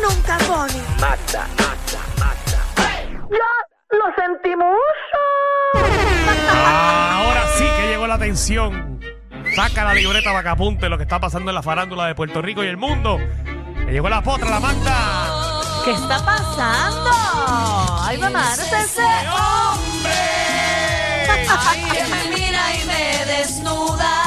nunca pone. Lo sentimos. Ahora sí que llegó la atención. Saca la libreta vacapunte lo que está pasando en la farándula de Puerto Rico y el mundo. Que llegó la potra, la manda. ¿Qué está pasando? Algo amártese. ¡Hombre! Ay, que me mira y me desnuda.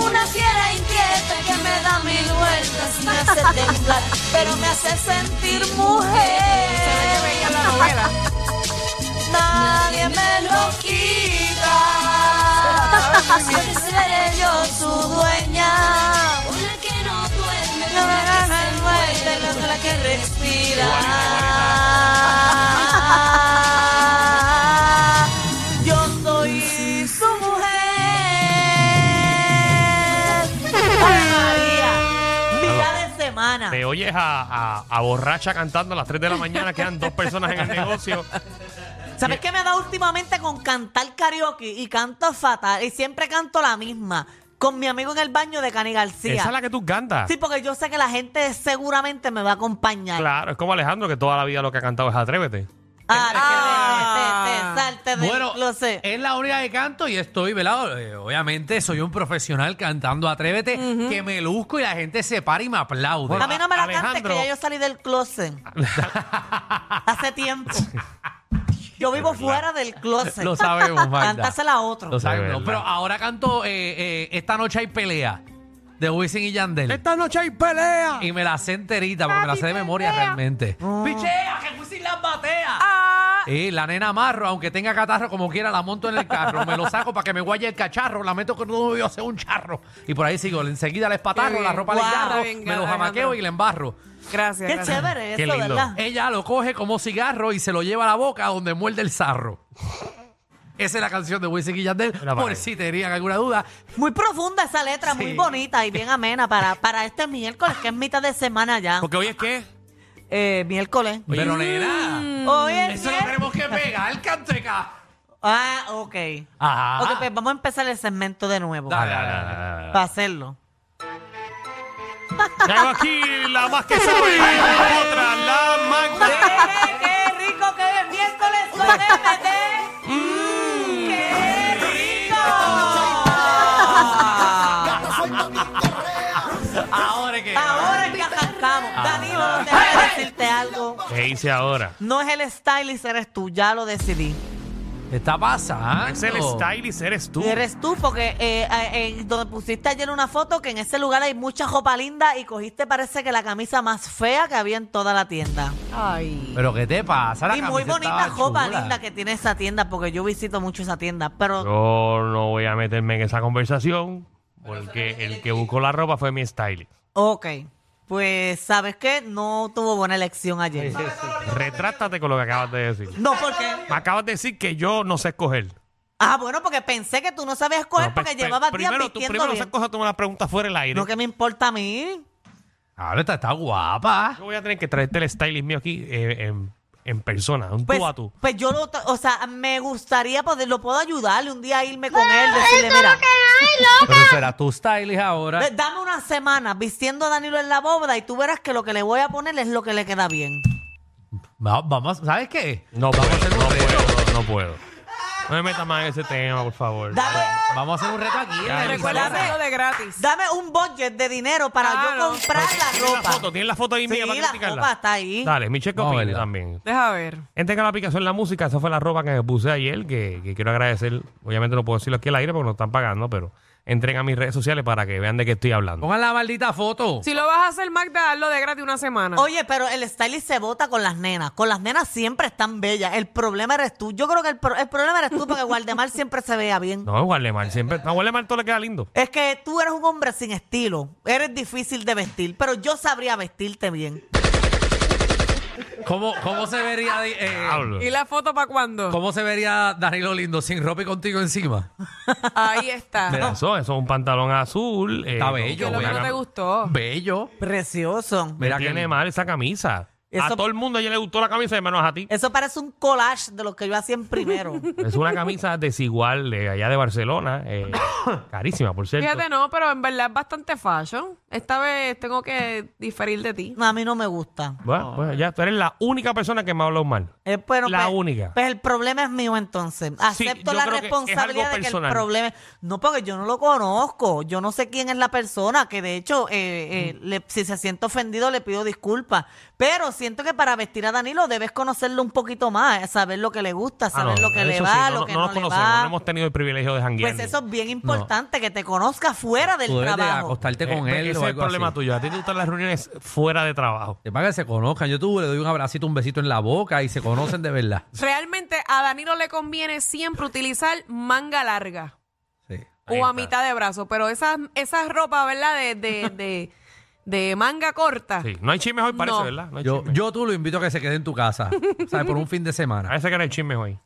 Una fiera inquieta que me da mil vueltas y me hace temblar, pero me hace sentir mujer. Nadie me lo quita. Siempre seré yo su dueña. Una que no duerme, una que se mueve, la otra que respira. Yo soy su mujer. María, día de semana. Te oyes a, a- a borracha cantando a las 3 de la mañana, quedan dos personas en el negocio. ¿Sabes qué me da últimamente con cantar karaoke? Y canto fatal. Y siempre canto la misma. Con mi amigo en el baño de Cani García. Esa es la que tú cantas. Sí, porque yo sé que la gente seguramente me va a acompañar. Claro, es como Alejandro que toda la vida lo que ha cantado es Atrévete. Ah, Ah. que te- te- te- salte de Bueno, lo sé. es la única que canto y estoy, velado. Eh, Obviamente soy un profesional cantando Atrévete, que me luzco y la gente se para y me aplaude. Bueno, a mí no me la cantes, Alejandro- que ya yo salí del closet. Hace tiempo. Yo vivo fuera del closet. Lo sabemos, Magda. Cantásela a otro. Lo sabemos. De verdad. Pero ahora canto eh, eh, Esta noche hay pelea de Wisin y Yandel. Esta noche hay pelea. Y me la sé enterita porque me la sé de memoria realmente. ¡Pichea! ¡Que Wisin las batea! Ah. Y la nena amarro, aunque tenga catarro como quiera, la monto en el carro, me lo saco para que me guaye el cacharro, la meto con todo yo hacer un charro. Y por ahí sigo, enseguida la espatarro, Qué la bien. ropa le Guau. engarro, Bien, me lo Alejandro. jamaqueo y le embarro. Gracias. Qué gracias. chévere Qué eso, lindo. ¿verdad? Ella lo coge como cigarro y se lo lleva a la boca donde muerde el zarro. Esa es la canción de Wisin y Yandel, Mira para por ahí. si tenían alguna duda. Muy profunda esa letra, muy Sí. bonita y bien amena para, para este miércoles, que es mitad de semana ya. Porque hoy es que... Eh, miércoles. Mm, Pero nena, Hoy es eso lo miércoles. tenemos que pegar, canteca. Ah, ok. Ajá. Ok, pues vamos a empezar el segmento de nuevo. Dale, Ah, dale, ah, dale. ah, Para hacerlo. ah. Llegó aquí la más que sabe. La otra, la Magda. ¡Qué rico que es miércoles con MT! ¡Qué rico! Ahora es que. Ahora es que arrancamos. Ah. Danilo, déjame decirte algo. ¿Qué hice ahora? No es el stylist, eres tú. Ya lo decidí. Está pasando. Es el stylist, eres tú. Eres tú, porque eh, eh, eh, donde pusiste ayer una foto que en ese lugar hay mucha ropa linda y cogiste parece que la camisa más fea que había en toda la tienda. Ay. Pero ¿qué te pasa? La y muy camisa bonita estaba ropa chula. linda que tiene esa tienda, porque yo visito mucho esa tienda, pero... Yo no voy a meterme en esa conversación porque el que buscó la ropa fue mi stylist. Ok. Pues, ¿sabes qué? No tuvo buena elección ayer. Retráctate con lo que acabas de decir. No, porque... Me acabas de decir que yo no sé escoger. Ah, bueno, porque pensé que tú no sabías No, escoger porque pe- pe- llevabas días primero, tú, vistiendo primero esas bien. cosas tú me las preguntas fuera del aire. No que me importa a mí. Ahora está, está guapa. Yo voy a tener que traerte el stylist mío aquí eh, en, en persona, un Pues, tú a tú. pues yo lo... O sea, me gustaría poderlo... Puedo ayudarle un día a irme con él, decirle, mira... Pero será tu stylist ahora. Eh, Dame una semana vistiendo a Danilo en la bóveda y tú verás que lo que le voy a poner es lo que le queda bien. Va- vamos, ¿sabes qué? No puedo, vamos no a hacer un reto. puedo, no puedo. No me metas más en ese tema, por favor. Dame, Vamos a hacer un reto aquí. Ya, en la Recuerda emisora. hacerlo de gratis. dame un budget de dinero para yo Claro. comprar la Tienes la ropa. foto, tienes la foto ahí Sí, mía para la criticarla. ropa está ahí. Dale, Michelle Vamos a Copini verla. también. Deja ver. Gente con la aplicación La Música, esa fue la ropa que me puse ayer, que, que quiero agradecer. Obviamente no puedo decirlo aquí al aire porque no están pagando, pero entren a mis redes sociales para que vean de qué estoy hablando. Pongan la maldita foto. Si lo vas a hacer, Magda, hazlo de gratis una semana. Oh. Oye, pero el stylist se vota con las nenas. Con las nenas siempre están bellas. El problema eres tú. Yo creo que el, pro- el problema eres tú porque Guardemar siempre se vea bien. No, Guardemar, siempre. A Guardemar todo le queda lindo. Es que tú eres un hombre sin estilo. Eres difícil de vestir, pero yo sabría vestirte bien. ¿Cómo, cómo se vería eh, Diablo. ¿Y la foto para cuándo? cómo se vería Danilo Lindo sin ropa y contigo encima? Ahí está. Mira, eso, eso es un pantalón azul. eh, Está con- bello, Yo con lo que una no te cam- gustó. Bello. Precioso. Me Mira que Oh. tiene lindo. mal esa camisa. A Eso- todo el mundo ayer le gustó la camisa, y menos a ti. Eso parece un collage de lo que yo hacía en primero. Es una camisa desigual de allá de Barcelona. eh, carísima, por cierto. Fíjate, no, pero en verdad es bastante fashion. Esta vez tengo que diferir de ti. No, a mí no me gusta. Bueno, pues ya tú eres la única persona que me ha hablado mal. Eh, bueno, La pues- única. Pues el problema es mío entonces. Acepto yo la creo que es responsabilidad algo de que el personal. problema es... No, porque yo no lo conozco. Yo no sé quién es la persona que de hecho, eh, eh, le- si se siente ofendido, le pido disculpas. Pero siento que para vestir a Danilo debes conocerlo un poquito más, eh, saber lo que le gusta, Ah, no, saber lo que le eso va, sí, lo no, que no no, nos le conocemos, no va. hemos tenido el privilegio de janguear. Pues eso es bien importante, que te conozca fuera del Tú debes de trabajo. acostarte Este con Eh, él ese o es el algo problema así. tuyo. A ti te gustan las reuniones fuera de trabajo. Para que se conozcan. Yo tú le doy un abracito, un besito en la boca y se conocen de verdad. Realmente a Danilo le conviene siempre utilizar manga larga Sí. Ahí o a está. mitad de brazo, pero esas esas ropas, ¿verdad? De, de, de, de manga corta. Sí, no hay chismes hoy, parece, No. ¿verdad? No hay Yo, chismes. yo tú lo invito a que se quede en tu casa, ¿sabes? Por un fin de semana. Parece que no hay chismes hoy.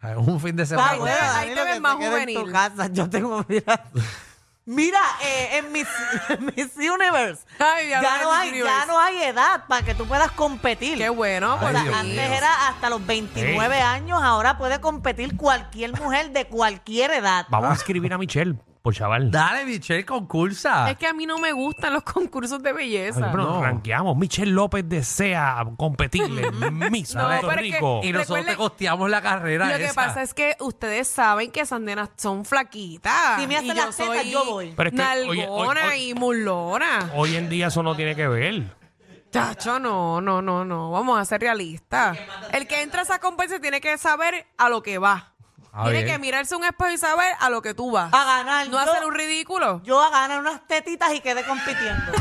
A ver, Un fin de semana. Ay, bueno, bueno, ahí Danilo, te ves que más quede en tu juvenil. casa. Yo tengo, mira, mira, eh, en, Miss, en Miss Universe, Ay, ya ya, lo de no Miss hay, ya Universe. no hay edad para que tú puedas competir. Qué bueno, Ay, O por sea, Dios antes mío. era hasta los 29 Sí. años, ahora puede competir cualquier mujer de cualquier edad. Vamos a Ah. escribir a Michelle, por chaval. Dale, Michelle, concursa. Es que a mí no me gustan los concursos de Ay, belleza. pero nos no. ranqueamos. Michelle López desea competirle. Miss No, Puerto pero es que- Rico. Y nosotros Recuerde- te costeamos la carrera. Lo que esa. pasa es que ustedes saben que esas nenas son flaquitas. Si me hacen y las tetas, yo voy. Pero es que, oye, hoy- nalgona hoy- y mulona. Hoy en día eso no tiene que ver. Chacho, no, no, no, no. Vamos a ser realistas. El que entra a esa competencia tiene que saber a lo que va. Ah, tiene bien. que mirarse un espejo y saber a lo que tú vas. A ganar. No yo, hacer un ridículo. yo a ganar unas tetitas y quedé compitiendo.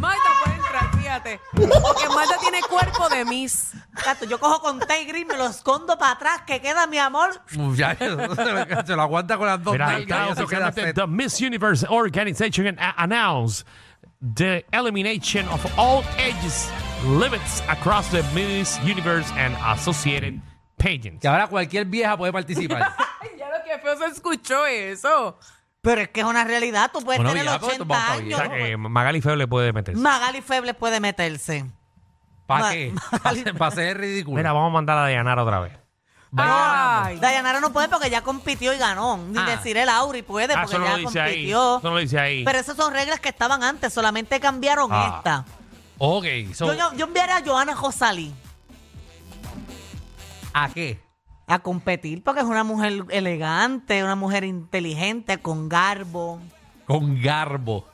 Marta puede entrar, fíjate. Porque Marta tiene cuerpo de Miss. Exacto, yo cojo con Tay Green, me lo escondo para atrás, que queda mi amor. Ya, se, lo, se lo aguanta con las dos Mira, ahí nalgas está y eso queda oficialmente set. The Miss Universe Organization and a- announce the elimination of all ages limits across the Miss Universe and associated pageants. Que ahora cualquier vieja puede participar. Ay, ya lo que feo se escuchó eso. Pero es que es una realidad, tú puedes Bueno, tener ya, pero esto 80 vamos pa' O años. sea que Magali Feo le puede meter. Magali Febles puede meterse. ¿Para Ma- qué? Para ser ridículo. Mira, vamos a mandar a Dayanara otra vez. Ay. Dayanara no puede porque ya compitió y ganó. Ni Ah. decir el Auri puede Ah, porque eso no ya lo dice ahí. compitió. Eso no lo dice ahí. Pero esas son reglas que estaban antes, solamente cambiaron Ah. esta. Ok, so- Yo, yo, yo enviaré a Joana Josalí ¿A qué? a competir porque es una mujer elegante, una mujer inteligente, con garbo. Con garbo.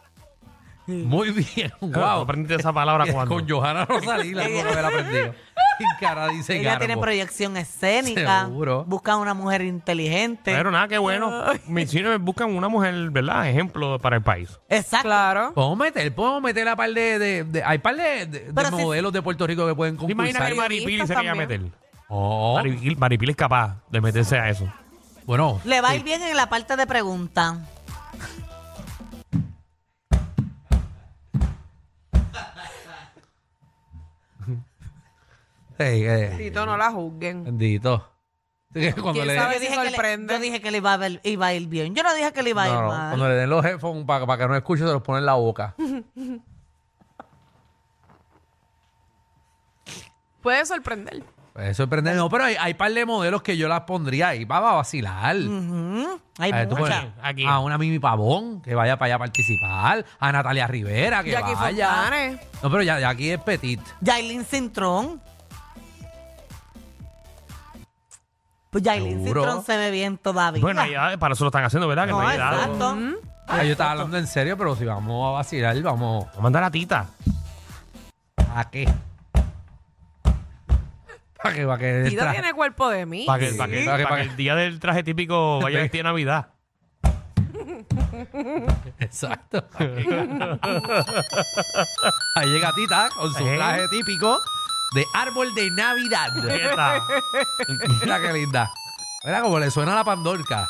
Muy bien, Claro, wow. aprendiste esa palabra cuando. Con Johanna Rosalí la tengo que haber aprendido. Sin cara dice Ella garbo. tiene proyección escénica. Seguro. Busca una mujer inteligente. Pero nada, qué bueno. Miss Universe buscan una mujer, ¿verdad? Ejemplo para el país. Exacto. Claro. Podemos meter, podemos meter a par de, de- de- hay par de, de- de Pero si- modelos de Puerto Rico que pueden ¿Te imaginas concursar. que Maripili se vaya a meter? Oh, Maripil, Maripil es capaz de meterse a eso. bueno, Le va a ir bien en la parte de pregunta. hey, eh, Tito, no la juzguen. bendito. Sí, que Cuando ¿Quién le, sabe? A ver Yo si dije, que le, sorprende. yo dije que le iba a, ver- iba a ir bien. Yo no dije que le iba a ir No, no, mal. cuando le den los headphones para que no escuche, se los ponen en la boca. Puede sorprender. Pues Eso es prender- No, pero hay, hay par de modelos que yo las pondría ahí para vacilar. Ujú. Hay A ver, tú muchas. pones Aquí. A una Mimi Pavón que vaya para allá a participar. A Natalia Rivera que Jackie vaya. Fontanes. No, pero ya, ya aquí es Petit. Yailin Cintrón. Pues Yailin Seguro. Cintrón se ve bien todavía. Bueno, hay edades, para eso lo están haciendo, ¿verdad? Que no, no, hay edades. exacto. Ah, yo estaba hablando en serio, pero si vamos a vacilar, vamos. Vamos a mandar a Tita. ¿A qué? ¿Para qué? ¿Para que el Tito traje- tiene cuerpo de mí. Para que, para que- Para que- para que el día del traje típico vaya vestido de Navidad. Exacto. Ahí llega Tita con su Eh. traje típico de árbol de Navidad. Tita. Mira qué linda. Mira cómo le suena la pandorca.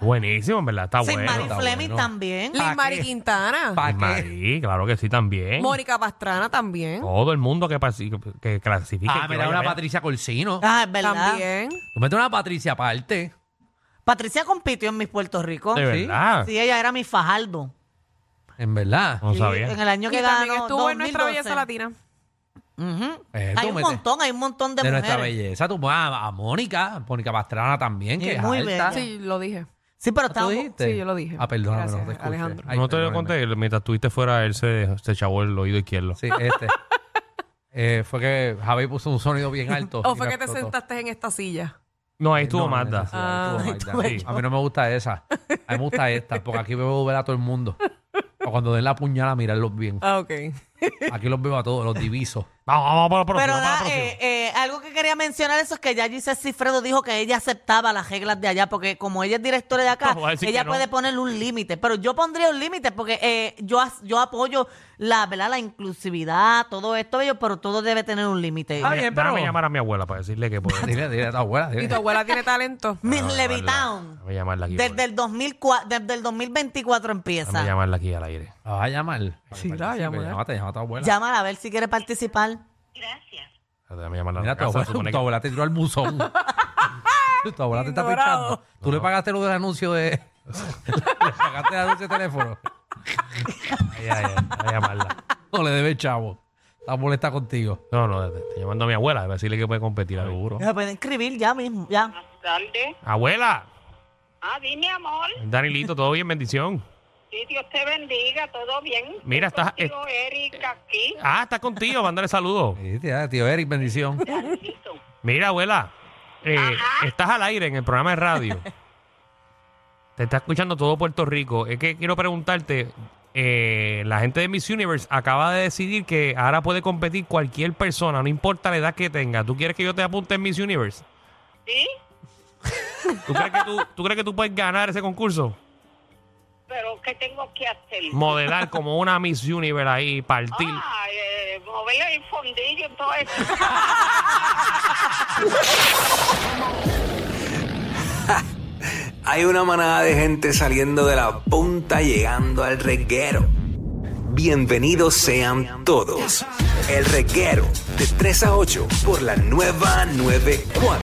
Buenísimo, en verdad. Está Sin Ah, bueno. Mari está Fleming también. ¿Pa' Liz Mari qué? Quintana. ¿Para bueno. qué? Mari, claro que sí, también. Mónica Pastrana también. Todo el mundo que, pasi- que clasifica. Ah, que mira, vaya una para allá. Patricia Corsino. Ah, es verdad. También. Tú metes una Patricia aparte. Patricia compitió en Miss Puerto Rico. De sí. verdad. Sí, ella era mi Fajardo. En verdad. No Sí, sabía. En el año que Y ganó. también estuvo en nuestra 2012. belleza latina. Ujú. Eh, Hay tú un metes- montón, hay un montón de, de nuestra mujeres. belleza. Tú, a, a Mónica, Mónica Pastrana también, que Sí, es muy alta. bella. Sí, lo dije. Sí, Ah, pero ¿Tú estábamos. dijiste? Sí, yo lo dije. Ah, perdóname, Gracias, no te escuché. Alejandro. Ay, no te lo perdóname. conté. Mientras estuviste fuera, él se, se chavó el oído izquierdo. Sí, este. Eh, fue que Javi puso un sonido bien alto. ¿O y fue me que te explotó. sentaste en esta silla? No, ahí Eh, estuvo no, Magda. esa sí, ahí Ah, estuvo ahí Magda. estuve yo. A mí no me gusta esa. A mí me gusta esta, porque aquí veo ver a todo el mundo. O cuando den la puñalada, mirarlos bien. Ah, ok. Aquí los veo a todos, los divisos. Vamos, vamos para la próxima. Pero vamos para da, la próxima. eh, eh, algo que quería mencionar eso es que ya Giselle Cifredo dijo que ella aceptaba las reglas de allá, porque como ella es directora de acá, No, voy a decir ella que no. puede ponerle un límite. Pero yo pondría un límite porque eh, yo, as- yo apoyo la, ¿verdad? la inclusividad, todo esto, bello, pero todo debe tener un límite. Ah, Déjame- bien, pero- Déjame llamar a mi abuela para decirle que puede. Dile, dile a tu abuela. ¿Y tu Dile. abuela tiene talento? Miss Déjame llamarla- Levitown, Déjame llamarla aquí. desde por- el, 2004, desde el Ah, 2024 empieza. Déjame llamarla aquí al aire. La vas a llamar. Sí, la voy a llamar. Llámate, llama a tu abuela. Llámala a ver si quiere participar. Déjame llamarla a Mira, la tu casa, abuela, supone tu que- abuela te tiró al musón. tu abuela te está Ignorado. pichando. Tú le pagaste lo del anuncio de. le pagaste el anuncio de teléfono. Ay, ay, ay, Déjame llamarla. No le debes chavo. Está molesta contigo. No, no, te- te estoy llamando a mi abuela para decirle que puede competir, seguro. Ya pueden escribir ya mismo, ya. tarde. Abuela, Ah, dime, amor. Danilito, todo bien, bendición. Que Dios te bendiga. ¿Todo bien? Mira, Estoy estás- contigo, Erika, aquí. Ah, estás contigo, mandarle saludos. Sí, tía, ah, tío Eric, bendición. Carlito. Mira, abuela, eh, estás al aire en el programa de radio. Te está escuchando todo Puerto Rico. Es que quiero preguntarte, eh, la gente de Miss Universe acaba de decidir que ahora puede competir cualquier persona, no importa la edad que tenga. ¿Tú quieres que yo te apunte en Miss Universe? ¿Sí? ¿Tú crees que tú, tú crees que tú puedes ganar ese concurso? ¿Pero qué tengo que hacer? Modelar como una Miss Universe ahí, partir. Ah, eh, mover el fondillo y todo eso. Hay una manada de gente saliendo de la punta llegando al reguero. Bienvenidos sean todos. El reguero de 3 a 8 por la nueva 94.